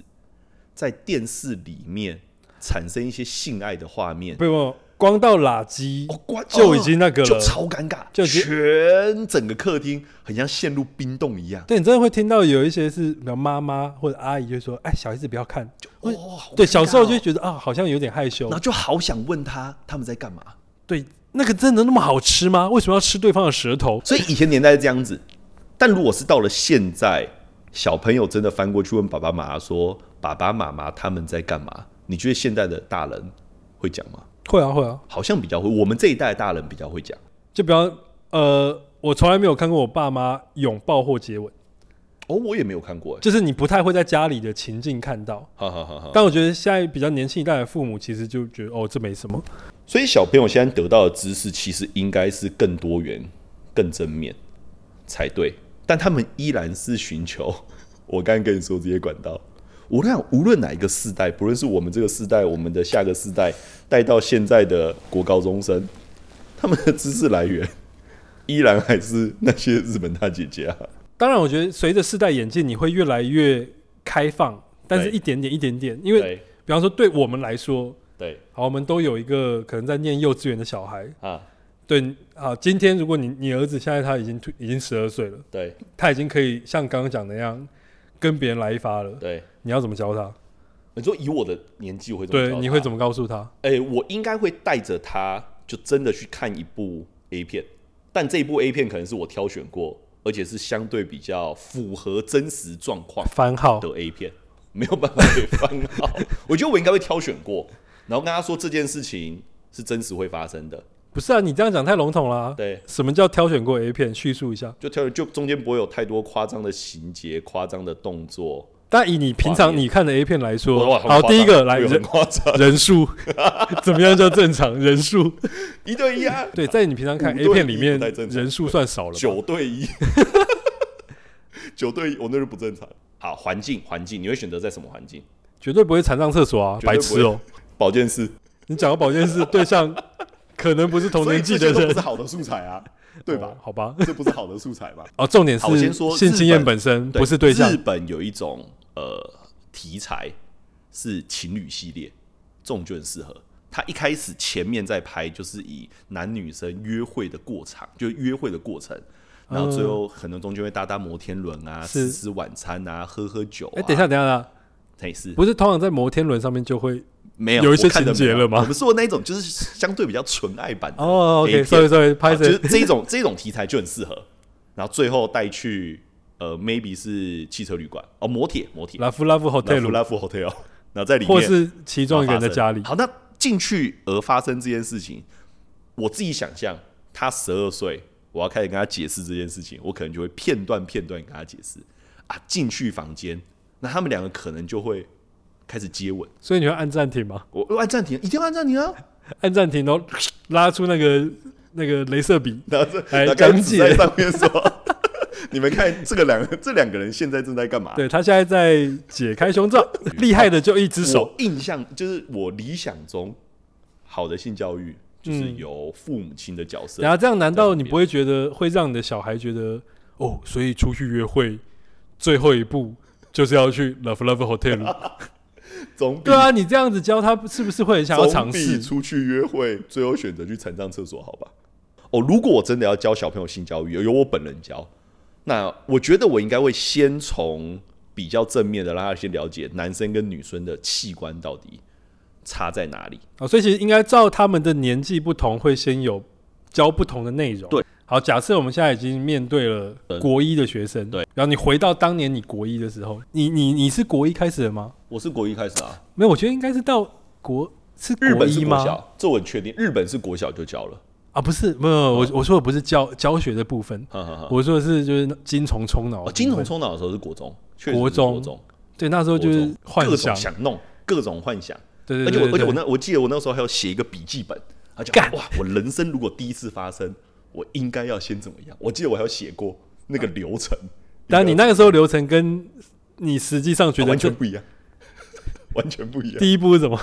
Speaker 1: 在电视里面产生一些性爱的画面，
Speaker 2: 不不，光到垃圾
Speaker 1: 哦，关
Speaker 2: 就已经那个
Speaker 1: 哦就
Speaker 2: 了。
Speaker 1: 超尴尬，
Speaker 2: 就已经
Speaker 1: 全整个客厅很像陷入冰冻一样。
Speaker 2: 对你真的会听到有一些是，比如妈妈或者阿姨就说：“哎，小孩子不要看。
Speaker 1: 哇、哦，好
Speaker 2: 对，
Speaker 1: 尴尬
Speaker 2: 小时候就
Speaker 1: 哦
Speaker 2: 会觉得啊，好像有点害羞
Speaker 1: 然后。就好想问他他们在干嘛。
Speaker 2: 对，那个真的那么好吃吗？为什么要吃对方的舌头？
Speaker 1: 所以以前年代是这样子，但如果是到了现在，小朋友真的翻过去问爸爸妈妈说：“爸爸妈妈他们在干嘛？”你觉得现在的大人会讲吗？
Speaker 2: 会啊，会啊，
Speaker 1: 好像比较会，我们这一代的大人比较会讲。
Speaker 2: 就比方呃，我从来没有看过我爸妈拥抱或接吻，
Speaker 1: 哦，我也没有看过、欸，
Speaker 2: 就是你不太会在家里的情境看到。
Speaker 1: 哈哈哈哈。
Speaker 2: 但我觉得现在比较年轻一代的父母，其实就觉得哦，这没什么。
Speaker 1: 所以小朋友现在得到的知识，其实应该是更多元、更正面才对，但他们依然是寻求我刚刚跟你说这些管道。我想，无论哪一个世代，不论是我们这个世代，我们的下个世代，带到现在的国高中生，他们的知识来源依然还是那些日本大姐姐啊。
Speaker 2: 当然，我觉得随着世代演进，你会越来越开放，但是
Speaker 1: 对
Speaker 2: 一点点一点点，因为比方说对我们来说，
Speaker 1: 对
Speaker 2: 好，我们都有一个可能在念幼稚园的小孩，
Speaker 1: 啊，
Speaker 2: 对啊，今天如果你你儿子现在他已经退已经十二岁了，
Speaker 1: 对
Speaker 2: 他已经可以像刚刚讲的那样跟别人来一发了，
Speaker 1: 对，
Speaker 2: 你要怎么教他？
Speaker 1: 你说以我的年纪，我会怎么
Speaker 2: 对，你会怎
Speaker 1: 么？
Speaker 2: 么告诉他？
Speaker 1: 哎、我应该会带着他，就真的去看一部 A 片，但这一部 A 片可能是我挑选过，而且是相对比较符合真实状况
Speaker 2: 番号
Speaker 1: 的 A 片，没有办法被翻好。我觉得我应该会挑选过，然后跟他说这件事情是真实会发生的，
Speaker 2: 不是啊，你这样讲太笼统啦、啊
Speaker 1: 对，
Speaker 2: 什么叫挑选过 A 片？叙述一下。
Speaker 1: 就挑就中间不会有太多夸张的情节、夸张的动作。
Speaker 2: 但以你平
Speaker 1: 画
Speaker 2: 常
Speaker 1: 面
Speaker 2: 你看的 A 片来说
Speaker 1: 哇，
Speaker 2: 好，第一个来
Speaker 1: 很
Speaker 2: 人
Speaker 1: 夸张，
Speaker 2: 人数，怎么样叫正常？人数，
Speaker 1: 一对一啊，
Speaker 2: 对，在你平常看
Speaker 1: 五
Speaker 2: A
Speaker 1: 对
Speaker 2: 片
Speaker 1: 一
Speaker 2: 里
Speaker 1: 不
Speaker 2: 面
Speaker 1: 太正，常
Speaker 2: 人数算少了吧。
Speaker 1: 九对一，九对一，我那是不正常。好，环境环境，你会选择在什么环境？
Speaker 2: 绝对不会缠上厕所啊，
Speaker 1: 绝对不
Speaker 2: 白
Speaker 1: 会
Speaker 2: 痴哦、
Speaker 1: 保健室，
Speaker 2: 你讲的保健室对象可能不是同
Speaker 1: 所以
Speaker 2: 年
Speaker 1: 这
Speaker 2: 纪
Speaker 1: 些
Speaker 2: 的
Speaker 1: 都不
Speaker 2: 人
Speaker 1: 是，好的素材啊，对吧
Speaker 2: 哦？好吧。
Speaker 1: 这不是好的素材吧？
Speaker 2: 哦，重点
Speaker 1: 好我先
Speaker 2: 是
Speaker 1: 说
Speaker 2: 性
Speaker 1: 日
Speaker 2: 经验
Speaker 1: 本
Speaker 2: 本身不是对象
Speaker 1: 日。本有一种呃题材是情侣系列，这种就很适合。他一开始前面在拍，就是以男女生约会的过场，就是约会的过程，然后最后可能中间会搭搭摩天轮啊，
Speaker 2: 嗯是
Speaker 1: 吃吃晚餐啊，喝喝酒、啊。
Speaker 2: 哎、等一下，，等一下，
Speaker 1: 类似
Speaker 2: 不是通常在摩天轮上面就会
Speaker 1: 没有
Speaker 2: 有一些
Speaker 1: 我看的
Speaker 2: 情节
Speaker 1: 没有
Speaker 2: 了吗
Speaker 1: 我们说的那一种就是相对比较纯爱版的
Speaker 2: 哦
Speaker 1: A 片
Speaker 2: ，OK，sorry sorry，
Speaker 1: 啊
Speaker 2: 拍
Speaker 1: 就是
Speaker 2: 谁？
Speaker 1: 这一种这 一种题材就很适合。然后最后带去呃，maybe 是汽车旅馆哦，摩铁摩铁，
Speaker 2: 拉夫拉夫
Speaker 1: 拉夫
Speaker 2: hotel，
Speaker 1: 拉夫 hotel，然后在里面
Speaker 2: 或是其中一个人的家里
Speaker 1: 然。后发生好，那进去而发生这件事情，我自己想象，他十二岁，我要开始跟他解释这件事情，我可能就会片段片段跟他解释啊。进去房间，那他们两个可能就会开始接吻。
Speaker 2: 所以你会按暂停吗？
Speaker 1: 我我按暂停，一定要按暂停啊！
Speaker 2: 按暂停，然后拉出那个那个镭射笔，
Speaker 1: 然后这
Speaker 2: 哎
Speaker 1: 然后刚
Speaker 2: 讲
Speaker 1: 指
Speaker 2: 解
Speaker 1: 在上面说， 你们看这个两个这两个人现在正在干嘛？
Speaker 2: 对他现在在解开胸罩，厉害的就一只手。
Speaker 1: 我印象就是我理想中好的性教育，就是
Speaker 2: 嗯
Speaker 1: 由父母亲的角色
Speaker 2: 然后这样，难道你不会觉得会让你的小孩觉得哦？所以出去约会最后一步就是要去 Love Love Hotel？
Speaker 1: 总比
Speaker 2: 对啊，你这样子教他，是不是会很想要尝
Speaker 1: 总
Speaker 2: 试
Speaker 1: 比？出去约会，最后选择去残障厕所，好吧？哦，如果我真的要教小朋友性教育，由我本人教，那我觉得我应该会先从比较正面的让他先了解男生跟女生的器官到底差在哪里。
Speaker 2: 啊，所以其实应该照他们的年纪不同，会先有教不同的内容。
Speaker 1: 对，
Speaker 2: 好，假设我们现在已经面对了国一的学生，
Speaker 1: 对，
Speaker 2: 然后你回到当年你国一的时候，你你你是国一开始的吗？
Speaker 1: 我是国一开始啊，
Speaker 2: 没有，我觉得应该是到国是
Speaker 1: 日
Speaker 2: 国
Speaker 1: 本
Speaker 2: 一
Speaker 1: 是国
Speaker 2: 吗？
Speaker 1: 小，这我很确定，日本是国小就教了。
Speaker 2: 啊，不是，没有，
Speaker 1: 嗯
Speaker 2: 我我说的不是教教学的部分，
Speaker 1: 哈哈哈。
Speaker 2: 我说的是就是精虫冲脑的
Speaker 1: 嗯哦，
Speaker 2: 部分。
Speaker 1: 金童冲脑的时候是国中，确实是
Speaker 2: 国中
Speaker 1: 国中，
Speaker 2: 对，那时候
Speaker 1: 国
Speaker 2: 就
Speaker 1: 中
Speaker 2: 是幻
Speaker 1: 各
Speaker 2: 想
Speaker 1: 种，想弄，各种幻想。
Speaker 2: 对
Speaker 1: 而
Speaker 2: 对
Speaker 1: 且
Speaker 2: 对
Speaker 1: 我而且我
Speaker 2: 对对。
Speaker 1: 那我记得我那时候还有写一个笔记本，而且哇，我人生如果第一次发生，我应该要先怎么样？我记得我还有写过那个流程，
Speaker 2: 但你那个时候流程跟你实际上学
Speaker 1: 啊
Speaker 2: 的
Speaker 1: 完全
Speaker 2: 这
Speaker 1: 不一样， 完全不一样，
Speaker 2: 第一步是什么？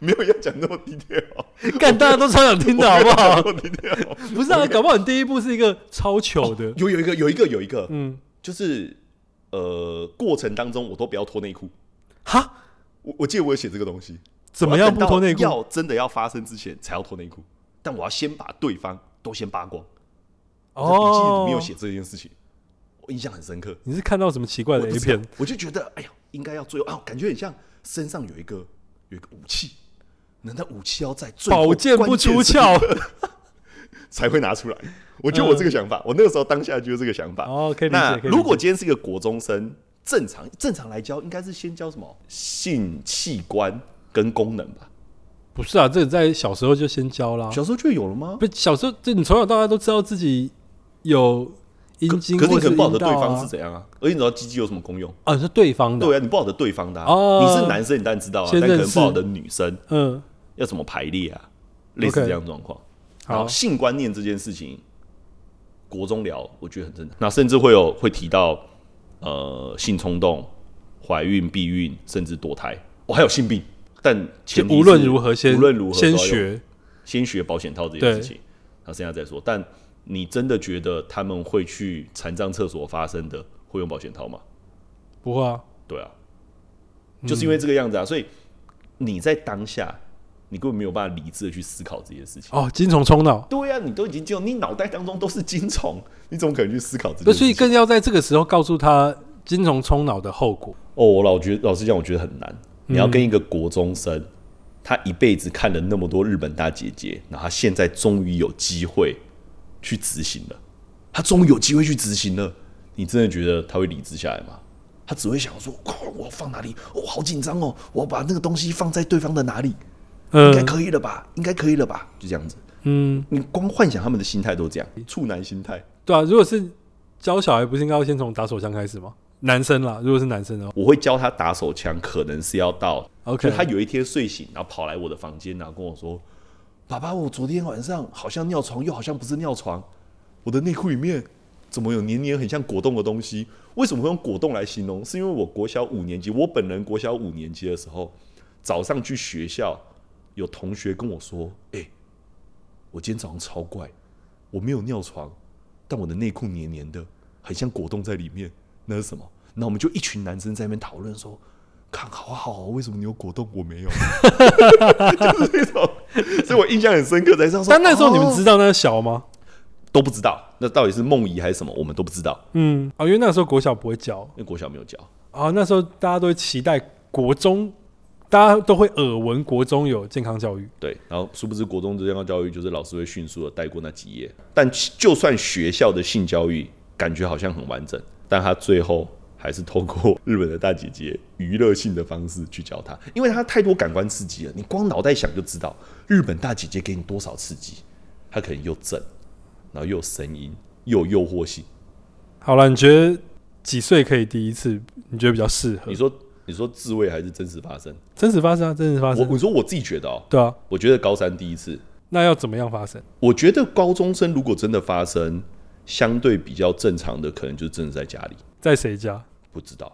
Speaker 1: 没有要讲那么 detail，
Speaker 2: 干，大家都超想听的好不好？
Speaker 1: 那么 detail。
Speaker 2: 不是啊，搞不好你第一步是一个超糗的，
Speaker 1: 有有一个有一个有一个，
Speaker 2: 嗯，
Speaker 1: 就是呃，过程当中我都不要脱内裤。
Speaker 2: 哈，
Speaker 1: 我我记得我有写这个东西，
Speaker 2: 怎么样不脱内
Speaker 1: 我要等
Speaker 2: 裤？
Speaker 1: 到要真的要发生之前才要脱内裤，但我要先把对方都先扒光。
Speaker 2: 哦
Speaker 1: 我在笔记里面有写这件事情，我印象很深刻。
Speaker 2: 你是看到什么奇怪
Speaker 1: 我
Speaker 2: 的
Speaker 1: 不
Speaker 2: A
Speaker 1: 知道
Speaker 2: 片？，
Speaker 1: 我就觉得，哎呀，应该要最后啊，感觉很像身上有一个有一个武器，难道武器要在最后
Speaker 2: 宝剑不
Speaker 1: 关键
Speaker 2: 出
Speaker 1: 时
Speaker 2: 鞘。
Speaker 1: 才会拿出来？我觉得我这个想法，我那个时候当下就是这个想法。
Speaker 2: 嗯哦，可以理
Speaker 1: 那
Speaker 2: 解，可以理解。
Speaker 1: 如果今天是一个国中生，正常正常来教，应该是先教什么性器官跟功能吧？
Speaker 2: 不是啊，这个在小时候就先教啦。
Speaker 1: 小时候就有了吗？
Speaker 2: 啊不，小时候就你从小到大都知道自己有阴茎
Speaker 1: 可是你
Speaker 2: 或
Speaker 1: 可能
Speaker 2: 阴
Speaker 1: 不晓得对
Speaker 2: 道
Speaker 1: 方
Speaker 2: 啊
Speaker 1: 是。怎样啊，而且你知道鸡鸡有什么功用？
Speaker 2: 啊，你是对方的，
Speaker 1: 对啊，你不晓得对方的、啊
Speaker 2: 哦
Speaker 1: 你是男生，你当然知道啊，
Speaker 2: 先
Speaker 1: 但可能
Speaker 2: 认
Speaker 1: 不
Speaker 2: 识
Speaker 1: 晓得女生
Speaker 2: 嗯，
Speaker 1: 要怎么排列啊，类似
Speaker 2: OK
Speaker 1: 这样的状况。
Speaker 2: 好
Speaker 1: 然后性观念这件事情，国中聊我觉得很正常，那甚至会有会提到呃性冲动、怀孕、避孕，甚至堕胎，我、还有性病。但
Speaker 2: 就
Speaker 1: 前提
Speaker 2: 无论
Speaker 1: 是
Speaker 2: 如何先
Speaker 1: 无论如何都
Speaker 2: 先
Speaker 1: 要用
Speaker 2: 学，
Speaker 1: 先学保险套这件事
Speaker 2: 对
Speaker 1: 情，那剩下再说。但你真的觉得他们会去残障厕所发生的会用保险套吗？
Speaker 2: 不会啊，
Speaker 1: 对啊，
Speaker 2: 嗯
Speaker 1: 就是因为这个样子啊，所以你在当下，你根本没有办法理智的去思考这些事情。
Speaker 2: 哦，精虫冲脑，
Speaker 1: 对啊，你都已经进入，你脑袋当中都是精虫，你怎么可能去思考这
Speaker 2: 对，
Speaker 1: 件
Speaker 2: 所以
Speaker 1: 事情？
Speaker 2: 更要在这个时候告诉他精虫冲脑的后果。
Speaker 1: 哦，我老觉老实讲，我觉得很难。你
Speaker 2: 嗯
Speaker 1: 要跟一个国中生，他一辈子看了那么多日本大姐姐，然后他现在终于有机会去执行了，他终于有机会去执行了，你真的觉得他会理智下来吗？他只会想说，哇我要放哪里？我、好紧张哦，我要把那个东西放在对方的哪里？应该
Speaker 2: 嗯，
Speaker 1: 可以了吧？应该可以了吧？就这样子。
Speaker 2: 嗯，
Speaker 1: 你光幻想他们的心态都这样，处男心态。
Speaker 2: 对啊，如果是教小孩，不是应该要先从打手枪开始吗？男生啦，如果是男生的话
Speaker 1: 我会教他打手枪，可能是要到
Speaker 2: ，OK，
Speaker 1: 就他有一天睡醒，然后跑来我的房间，然后跟我说：“爸爸，我昨天晚上好像尿床，又好像不是尿床，我的内裤里面怎么有黏黏很像果冻的东西？为什么会用果冻来形容？是因为我国小五年级，我本人国小五年级的时候，早上去学校，有同学跟我说：‘哎、我今天早上超怪，我没有尿床，但我的内裤黏黏的，很像果冻在里面，那是什么？’那我们就一群男生在那边讨论说。”看好啊好啊，为什么你有果冻我没有？啊就是那种，所以我印象很深刻。才知道说，
Speaker 2: 但那时候你们
Speaker 1: 哦
Speaker 2: 知道那是小吗？
Speaker 1: 都不知道，那到底是梦遗还是什么，我们都不知道，
Speaker 2: 嗯，啊，因为那时候国小不会教
Speaker 1: 因为国小没有教。
Speaker 2: 啊，那时候大家都会期待国中，大家都会耳闻国中有健康教育。
Speaker 1: 对，然后殊不知国中的健康教育就是老师会迅速的带过那几页，但其就算学校的性教育感觉好像很完整，但他最后还是透过日本的大姐姐娱乐性的方式去教他，因为他太多感官刺激了，你光脑袋想就知道日本大姐姐给你多少刺激，他可能又正，然后又有声音，又有诱惑性。
Speaker 2: 好了，你觉得几岁可以第一次？你觉得比较适合
Speaker 1: 你？说你说自慰还是真实发生？
Speaker 2: 真实发生啊，真实发
Speaker 1: 我
Speaker 2: 生，
Speaker 1: 你说我自己觉得哦、
Speaker 2: 对啊，
Speaker 1: 我觉得高三第一次，
Speaker 2: 那要怎么样发生？
Speaker 1: 我觉得高中生如果真的发生，相对比较正常的，可能就真的在家里，
Speaker 2: 在谁家？
Speaker 1: 不知道。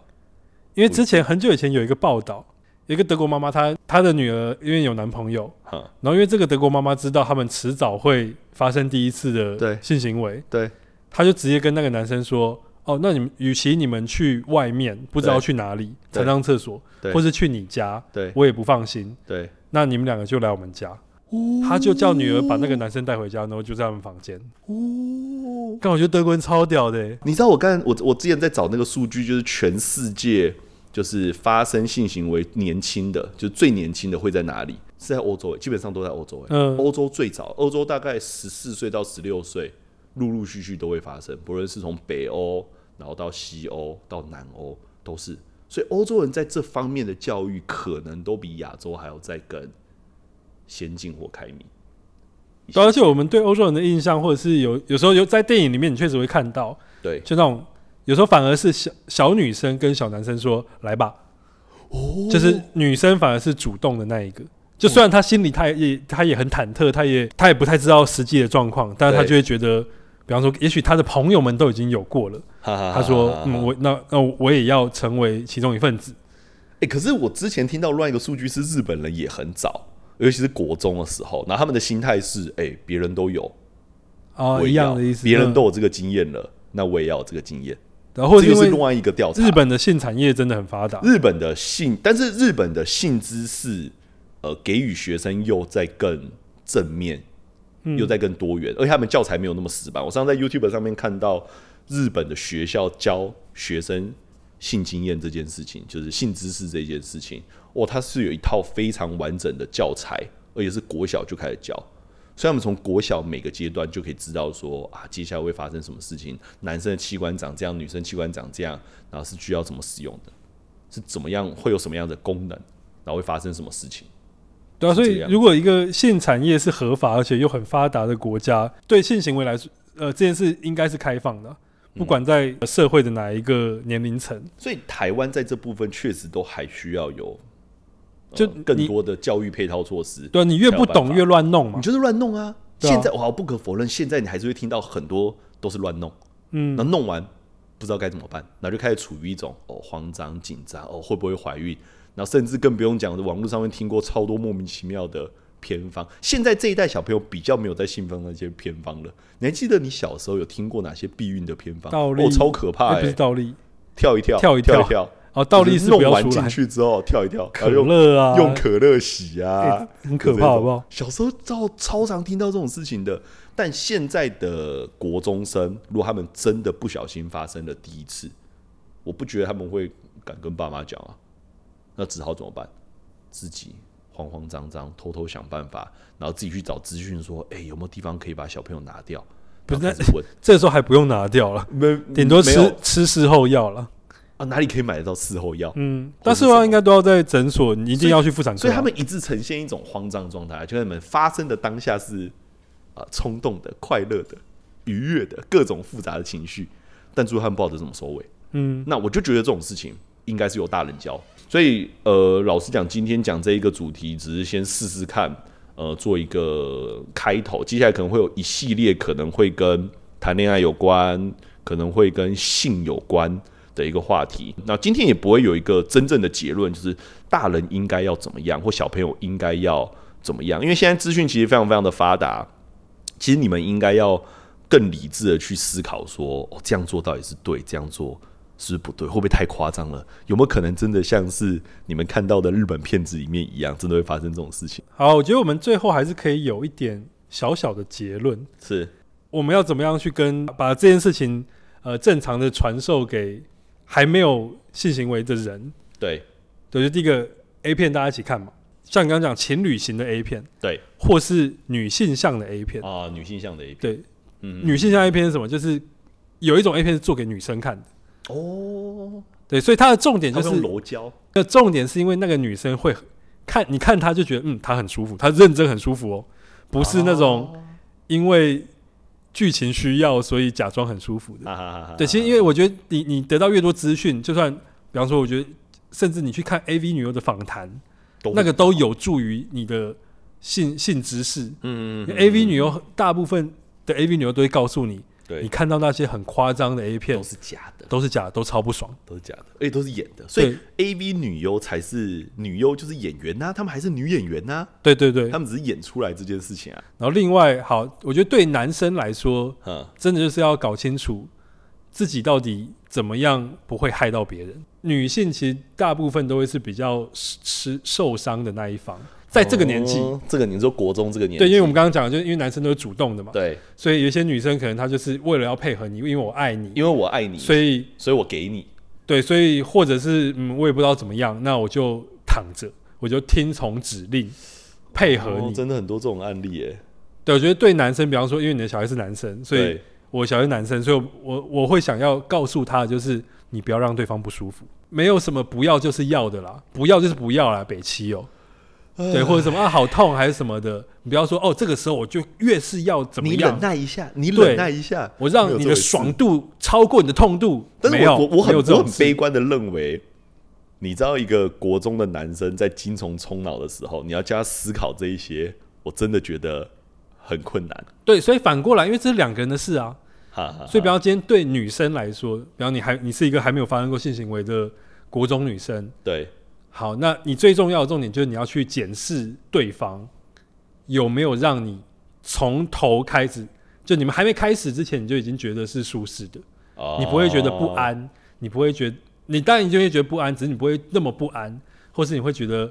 Speaker 2: 因为之前很久以前有一个报道，有一个德国妈妈，她她的女儿因为有男朋友，
Speaker 1: 哈，
Speaker 2: 然后因为这个德国妈妈知道他们迟早会发生第一次
Speaker 1: 对
Speaker 2: 的性行为，
Speaker 1: 对
Speaker 2: 她就直接跟那个男生说：“哦，那你们与其你们去外面不知道
Speaker 1: 对
Speaker 2: 去哪里
Speaker 1: 对
Speaker 2: 才上厕所，
Speaker 1: 对
Speaker 2: 或是去你家，
Speaker 1: 对
Speaker 2: 我也不放心，
Speaker 1: 对，
Speaker 2: 那你们两个就来我们家。”
Speaker 1: 哦
Speaker 2: 她就叫女儿把那个男生带回家，然后就在他们房间。
Speaker 1: 哦，
Speaker 2: 但我觉得德国人超屌的、欸，
Speaker 1: 你知道我刚才我我之前在找那个数据，就是全世界就是发生性行为年轻的，就最年轻的会在哪里？是在欧洲、欸，基本上都在欧洲、欸。
Speaker 2: 嗯
Speaker 1: 欧洲最早，欧洲大概十四岁到十六岁，陆陆续续都会发生，不论是从北欧，然后到西欧，到南欧都是。所以欧洲人在这方面的教育，可能都比亚洲还要再更先进或开明。
Speaker 2: 对而且我们对欧洲人的印象，或者是有有时候有在电影里面，你确实会看到，
Speaker 1: 对，
Speaker 2: 就那种有时候反而是小小女生跟小男生说来吧，
Speaker 1: 哦
Speaker 2: 就是女生反而是主动的那一个。就虽然她心里她也她也很忐忑，她也她也不太知道实际的状况，但是她
Speaker 1: 对
Speaker 2: 就会觉得，比方说，也许她的朋友们都已经有过了，她
Speaker 1: 他
Speaker 2: 说，嗯，我那那我也要成为其中一份子。
Speaker 1: 哎、可是我之前听到乱一个数据是日本人也很早，尤其是国中的时候，然后他们的心态是，哎、别人都有，
Speaker 2: 啊，
Speaker 1: 我也
Speaker 2: 一
Speaker 1: 要
Speaker 2: 样的意思，
Speaker 1: 别人
Speaker 2: 嗯
Speaker 1: 都，有这个经验了，那我也要有这个经验。
Speaker 2: 然后
Speaker 1: 这个
Speaker 2: 因
Speaker 1: 是
Speaker 2: 为
Speaker 1: 另外一个调查，
Speaker 2: 日本的性产业真的很发达，
Speaker 1: 日本的性，但是日本的性知识，呃，给予学生又在更正面，又在更多元，而且他们教材没有那么死板。我上次在 YouTube 上面看到日本的学校教学生性经验这件事情，就是性知识这件事情，哦，它是有一套非常完整的教材，而且是国小就开始教。所以他们从国小每个阶段就可以知道说啊，接下来会发生什么事情，男生的器官长这样，女生器官长这样，然后是需要怎么使用的。是怎么样，会有什么样的功能，然后会发生什么事情。
Speaker 2: 对啊，所
Speaker 1: 是
Speaker 2: 以
Speaker 1: 这样
Speaker 2: 如果一个性产业是合法而且又很发达的国家，对性行为来说，呃，这件事应该是开放的啊，
Speaker 1: 嗯
Speaker 2: 不管在呃社会的哪一个年龄层，
Speaker 1: 所以台湾在这部分确实都还需要有，呃
Speaker 2: 就
Speaker 1: 更
Speaker 2: 你
Speaker 1: 多的教育配套措施。
Speaker 2: 对啊、你越不
Speaker 1: 才有办
Speaker 2: 懂
Speaker 1: 法
Speaker 2: 越乱弄嘛
Speaker 1: 你。就是乱弄啊！
Speaker 2: 对啊
Speaker 1: 现在我不可否认，现在你还是会听到很多都是乱弄，
Speaker 2: 嗯
Speaker 1: 那弄完不知道该怎么办，然后就开始处于一种哦慌张、紧张，哦会不会怀孕，然后甚至更不用讲，网络上面听过超多莫名其妙的偏方。现在这一代小朋友比较没有在信奉那些偏方了。你还记得你小时候有听过哪些避孕的偏方？
Speaker 2: 倒立
Speaker 1: 哦，超可怕、
Speaker 2: 哎
Speaker 1: 欸！
Speaker 2: 不是倒立
Speaker 1: 跳一跳，
Speaker 2: 跳一
Speaker 1: 跳
Speaker 2: 跳
Speaker 1: 跳，
Speaker 2: 哦，倒立
Speaker 1: 就是
Speaker 2: 不
Speaker 1: 弄
Speaker 2: 要
Speaker 1: 完
Speaker 2: 出
Speaker 1: 进
Speaker 2: 来，
Speaker 1: 去之后跳一跳，然
Speaker 2: 可
Speaker 1: 后用
Speaker 2: 乐啊，
Speaker 1: 用可乐洗啊
Speaker 2: 哎，很可怕，好不好？
Speaker 1: 小时候超超常听到这种事情的，但现在的国中生，如果他们真的不小心发生了第一次，我不觉得他们会敢跟爸妈讲啊，那只好怎么办？自己慌慌张张，偷偷想办法，然后自己去找资讯，说，哎、有没有地方可以把小朋友拿掉？
Speaker 2: 不是
Speaker 1: 然后开始 问，
Speaker 2: 这时候还不用拿掉了，
Speaker 1: 没
Speaker 2: 顶多
Speaker 1: 嗯没
Speaker 2: 吃
Speaker 1: 有
Speaker 2: 吃事后药了。
Speaker 1: 啊，哪里可以买得到事后药？
Speaker 2: 嗯，
Speaker 1: 或
Speaker 2: 但
Speaker 1: 是
Speaker 2: 事后
Speaker 1: 什
Speaker 2: 药
Speaker 1: 么
Speaker 2: 应该都要在诊所，你一定要去妇产科啊。
Speaker 1: 所以他们一直呈现一种慌张状态，就是你们发生的当下是啊冲动的、快乐的、愉悦的各种复杂的情绪，但猪汉不知道得怎么收尾。
Speaker 2: 嗯，
Speaker 1: 那我就觉得这种事情应该是由大人教。所以，呃，老实讲，今天讲这一个主题，只是先试试看，呃，做一个开头。接下来可能会有一系列可能会跟谈恋爱有关，可能会跟性有关的一个话题。那今天也不会有一个真正的结论，就是大人应该要怎么样，或小朋友应该要怎么样。因为现在资讯其实非常非常的发达，其实你们应该要更理智的去思考说，哦，这样做到底是对，这样做是不是不对，会不会太夸张了？有没有可能真的像是你们看到的日本片子里面一样，真的会发生这种事情？
Speaker 2: 好，我觉得我们最后还是可以有一点小小的结论，
Speaker 1: 是
Speaker 2: 我们要怎么样去跟呃把这件事情呃正常的传授给还没有性行为的人？
Speaker 1: 对
Speaker 2: 对，就第一个 A 片大家一起看嘛，像你刚刚讲情侣型的 A 片，
Speaker 1: 对
Speaker 2: 或是女性向的 A 片，
Speaker 1: 啊、女性向的 A 片，
Speaker 2: 对，
Speaker 1: 嗯，
Speaker 2: 女性向 A 片是什么？就是有一种 A 片是做给女生看的，
Speaker 1: 哦，
Speaker 2: 对，所以它的重点就
Speaker 1: 就是是柔焦，
Speaker 2: 那重点是因为那个女生会看，你看她就觉得嗯，她很舒服，她认真很舒服哦，不是那种
Speaker 1: 哦
Speaker 2: 因为剧情需要所以假装很舒服的。
Speaker 1: 啊，哈哈哈哈
Speaker 2: 对，其实因为我觉得你你得到越多资讯，就算比方说，我觉得甚至你去看 AV 女优的访谈，
Speaker 1: 都会嗯
Speaker 2: 那个都有助于你的性性知识。
Speaker 1: 嗯嗯嗯
Speaker 2: 因为 AV 女优大部分的 AV 女优都会告诉你，你
Speaker 1: 对
Speaker 2: 看到那些很夸张的 A 片
Speaker 1: 都是假的，
Speaker 2: 都是假的，都超不爽。
Speaker 1: 都是假的，而且都是演的，所以
Speaker 2: 对
Speaker 1: A V 女优才是女优，就是演员呐、她们还是女演员呐、
Speaker 2: 对对对，
Speaker 1: 她
Speaker 2: 然
Speaker 1: 们只是演出来这件事情啊，
Speaker 2: 后另外好，我觉得对男生来说，
Speaker 1: 嗯，
Speaker 2: 真的就是要搞清楚自己到底怎么样不会害到别人。女性其实大部分都会是比较吃吃受伤的那一方，在这个年纪，
Speaker 1: 哦这个你说国中这个年纪，
Speaker 2: 对，因为我们刚刚讲的，就是因为男生都是主动的嘛，
Speaker 1: 对，
Speaker 2: 所以有一些女生可能她就是为了要配合你，因为我爱你，
Speaker 1: 因为我爱你，所
Speaker 2: 所
Speaker 1: 以
Speaker 2: 以
Speaker 1: 我给你，
Speaker 2: 对，所以或者是嗯，我也不知道怎么样，那我就躺着，我就听从指令，配合
Speaker 1: 哦
Speaker 2: 你。
Speaker 1: 真的很多这种案例耶，
Speaker 2: 对，我觉得对男生，比方说，因为你的小孩是男生，所以
Speaker 1: 对
Speaker 2: 我小孩是男生，所以我我我会想要告诉他，就是你不要让对方不舒服，没有什么不要就是要的啦，不要就是不要啦，北七哦，对，或者什么啊好痛还是什么的，你不要说哦，这个时候我就越是要怎么
Speaker 1: 你
Speaker 2: 样
Speaker 1: 忍，耐一下，你
Speaker 2: 对
Speaker 1: 忍耐一下，
Speaker 2: 我
Speaker 1: 没有
Speaker 2: 让你
Speaker 1: 这
Speaker 2: 的
Speaker 1: 回事
Speaker 2: 爽度超过你的痛度，
Speaker 1: 但
Speaker 2: 没
Speaker 1: 是
Speaker 2: 有，
Speaker 1: 我我我
Speaker 2: 没
Speaker 1: 很
Speaker 2: 有
Speaker 1: 我
Speaker 2: 这种
Speaker 1: 很
Speaker 2: 事
Speaker 1: 悲观的认为，你知道一个国中的男生在精虫冲脑的时候，你要叫他思考这一些，我真的觉得很困难。
Speaker 2: 对，所以反过来，因为这是两个人的事啊，
Speaker 1: 哈哈哈，
Speaker 2: 所以，比方今天对女生来说，比方你还你是一个还没有发生过性行为的国中女生，
Speaker 1: 对
Speaker 2: 好，那你最重要的重点就是你要去检视对方有没有让你从头开始，就你们还没开始之前，你就已经觉得是舒适的，
Speaker 1: 哦
Speaker 2: 你不会觉得不，安，你不会觉得，你当然你就会觉得不安，只是你不会那么不安，或是你会觉得，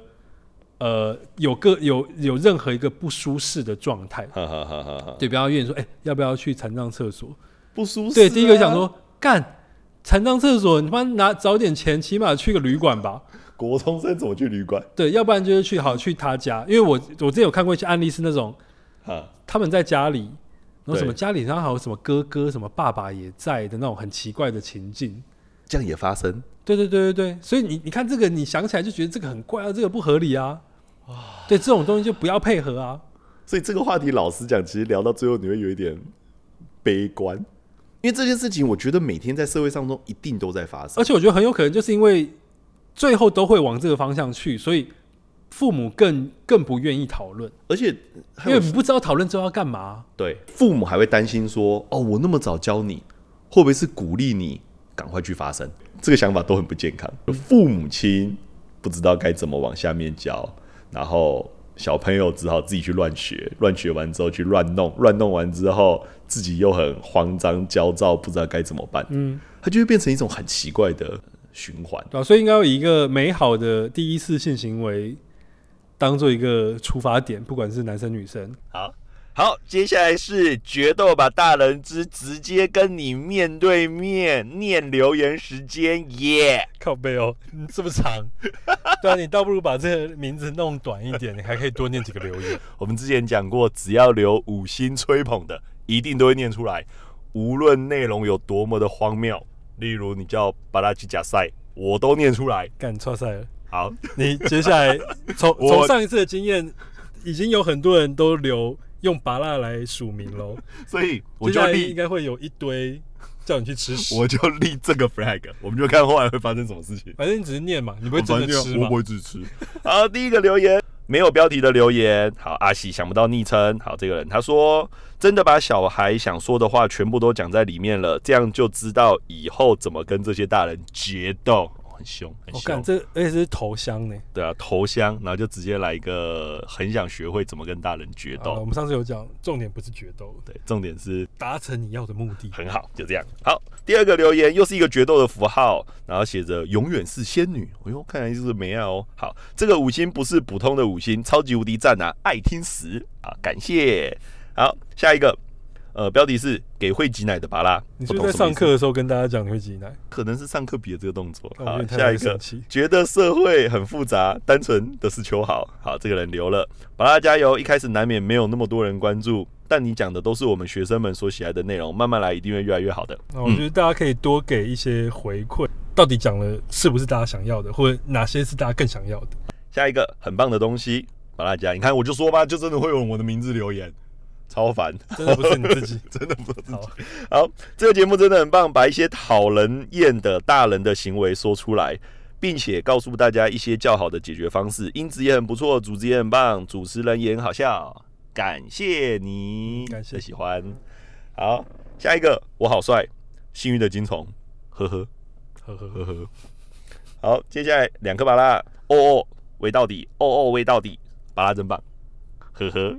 Speaker 2: 呃，有个有有任何一个不舒适的状态。
Speaker 1: 哈哈哈哈哈，
Speaker 2: 对，比方愿意说，哎、要不要去残障厕所？
Speaker 1: 不舒适、啊
Speaker 2: 对，第一个想，说，干残障厕所，你他妈拿找点钱，起码去个旅馆吧。
Speaker 1: 国中生怎么去旅馆？
Speaker 2: 对，要不然就是去好去他家，因为我我之前有看过一些案例是那种
Speaker 1: 哈，
Speaker 2: 他们在家里，然后什么
Speaker 1: 对
Speaker 2: 家里然后还有什么哥哥什么爸爸也在的那种很奇怪的情境。
Speaker 1: 这样也发生。
Speaker 2: 对对对对对，所以你你看这个，你想起来就觉得这个很怪啊，这个不合理啊。对，这种东西就不要配合啊。
Speaker 1: 所以这个话题，老实讲，其实聊到最后，你会有一点悲观，因为这件事情，我觉得每天在社会上中一定都在发生
Speaker 2: 而。且我觉得很有可能就是因为最后都会往这个方向去，所以父母更更不愿意讨论，
Speaker 1: 而且，还
Speaker 2: 因
Speaker 1: 有
Speaker 2: 为你不知道讨论之后要干嘛。
Speaker 1: 对，父母还会担心说：“哦，我那么早教你，会不会是鼓励你赶快去发生？”这个想法都很不健康。父母亲不知道该怎么往下面教，然后小朋友只好自己去乱学，乱学完之后去乱弄，乱弄完之后自己又很慌张、焦躁，不知道该怎么办。嗯，它就会变成一种很奇怪的循环。
Speaker 2: 对、啊、所以应该要以一个美好的第一次性行为当做一个出发点，不管是男生女生。
Speaker 1: 好好，接下来是决斗吧大人之直接跟你面对面念留言时间耶。
Speaker 2: 靠背哦， 这么长，对啊，你倒不如把这个名字弄短一点，你还可以多念几个留言。
Speaker 1: 我们之前讲过，只要留五星吹捧的，一定都会念出来，无论内容有多么的荒谬。例如你叫巴拉吉加塞，我都念出来。
Speaker 2: 干，超赛了！
Speaker 1: 好，
Speaker 2: 你接下来从
Speaker 1: 我
Speaker 2: 从上一次的经验，已经有很多人都留用拔蜡来署名 喽。
Speaker 1: 所以我
Speaker 2: 接
Speaker 1: 就
Speaker 2: 下来应
Speaker 1: 立
Speaker 2: 该会有一堆叫你去吃屎。
Speaker 1: 我就立这个 flag，我们就看后来会发生什么事情。
Speaker 2: 反正你只是念嘛，你不会真的吃
Speaker 1: 我
Speaker 2: 嘛
Speaker 1: 不？会自吃。 好，第一个留言没有标题的留言。好，阿喜想不到昵称。好，这个人他说真的把小孩想说的话全部都讲在里面了，这样就知道以后怎么跟这些大人决斗。哦很凶，很
Speaker 2: 我
Speaker 1: 凶，
Speaker 2: 干这而且是头香呢。
Speaker 1: 对啊，投降，然后就直接来一个很想学会怎么跟大人决
Speaker 2: 好了我
Speaker 1: 斗。
Speaker 2: 们上次有讲，重点不是决斗，
Speaker 1: 对，重点是
Speaker 2: 达成你要的目的。
Speaker 1: 很好，就这样。好，第二个留言又是一个决斗的符号，然后写着“永远是仙女”。哎呦，看来就是没啊哦。好，这个五星不是普通的五星，超级无敌赞啊！爱听死啊，感谢。好，下一个，呃，标题是“给会挤奶的巴拉”，
Speaker 2: 你
Speaker 1: 不
Speaker 2: 是不
Speaker 1: 懂
Speaker 2: 是在
Speaker 1: 什么
Speaker 2: 上
Speaker 1: 意思嗯
Speaker 2: 课，的时候跟大家讲你会挤奶？
Speaker 1: 可能是上课比的这个动作。
Speaker 2: 哦那我
Speaker 1: 好
Speaker 2: 觉，得太
Speaker 1: 下一
Speaker 2: 神
Speaker 1: 个，
Speaker 2: 奇
Speaker 1: 觉得社会很复杂，单纯的是秋好。好，这个人留了，巴拉加油！一开始难免没有那么多人关注，但你讲的都是我们学生们所喜爱的内容，慢慢来一定会越来越好的。
Speaker 2: 那我觉得大家可以多给一些回馈，到底讲了是不是大家想要的，或者哪些是大家更想要的？
Speaker 1: 下一个很棒的东西，马拉加，你看我就说吧，就真的会有我的名字留言，超烦，
Speaker 2: 真的不是你自己。
Speaker 1: 真的不知道
Speaker 2: 好。
Speaker 1: 好，这个节目真的很棒，把一些讨人厌的大人的行为说出来。并且告诉大家一些较好的解决方式，音质也很不错，组织也很棒，主持人也很好笑，感谢你，
Speaker 2: 感谢
Speaker 1: 的喜欢。好，下一个我好帅，幸运的金虫，呵呵。
Speaker 2: 呵呵呵，
Speaker 1: 呵呵。好，接下来两颗巴拉，哦哦，喂到底，哦哦，喂到底，巴拉真棒，呵呵。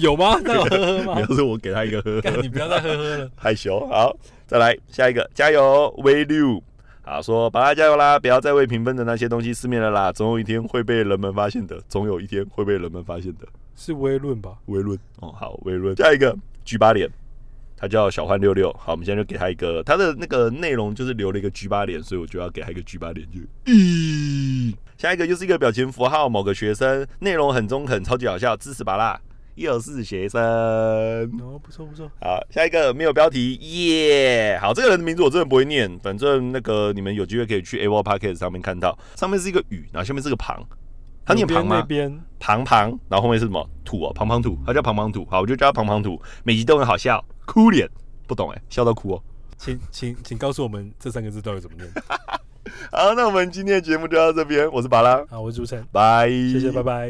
Speaker 2: 有吗？ 那有呵呵
Speaker 1: 你要
Speaker 2: 吗？
Speaker 1: 是我给他一个呵
Speaker 2: 干，
Speaker 1: 呵，
Speaker 2: 你不要再呵呵了。
Speaker 1: 害羞。好，再来下一个，加油，威六。好，说巴拉加油啦！不要再为评分的那些东西失眠了啦，总有一天会被人们发现的，总有一天会被人们发现的。
Speaker 2: 是微论吧？
Speaker 1: 微论哦，好，微论。下一个举八脸，他叫小欢六六。好，我们现在就给他一个，他的那个内容就是留了一个举八脸，所以我就要给他一个举八脸就。咦，下一个就是一个表情符号，某个学生，内容很中肯，超级好笑，支持拔啦，又是学生。
Speaker 2: 哦，不错不错，
Speaker 1: 好，下一个没有标题，耶、好，这个人的名字我真的不会念，反正那个你们有机会可以去 Apple Podcast 上面看到，上面是一个雨，然后下面是个旁，他念旁吗
Speaker 2: 那？边
Speaker 1: 庞庞，然后后面是什么土哦，庞庞土，他叫庞庞土，好，我就叫他庞庞土，每集都很好笑，哭脸，不懂哎、笑到哭哦。
Speaker 2: 请请请告诉我们这三个字到底怎么念
Speaker 1: 好，那我们今天的节目就到这边，我是巴拉，
Speaker 2: 好，我是主持人，
Speaker 1: 拜，
Speaker 2: 谢
Speaker 1: 谢
Speaker 2: 谢，拜。拜。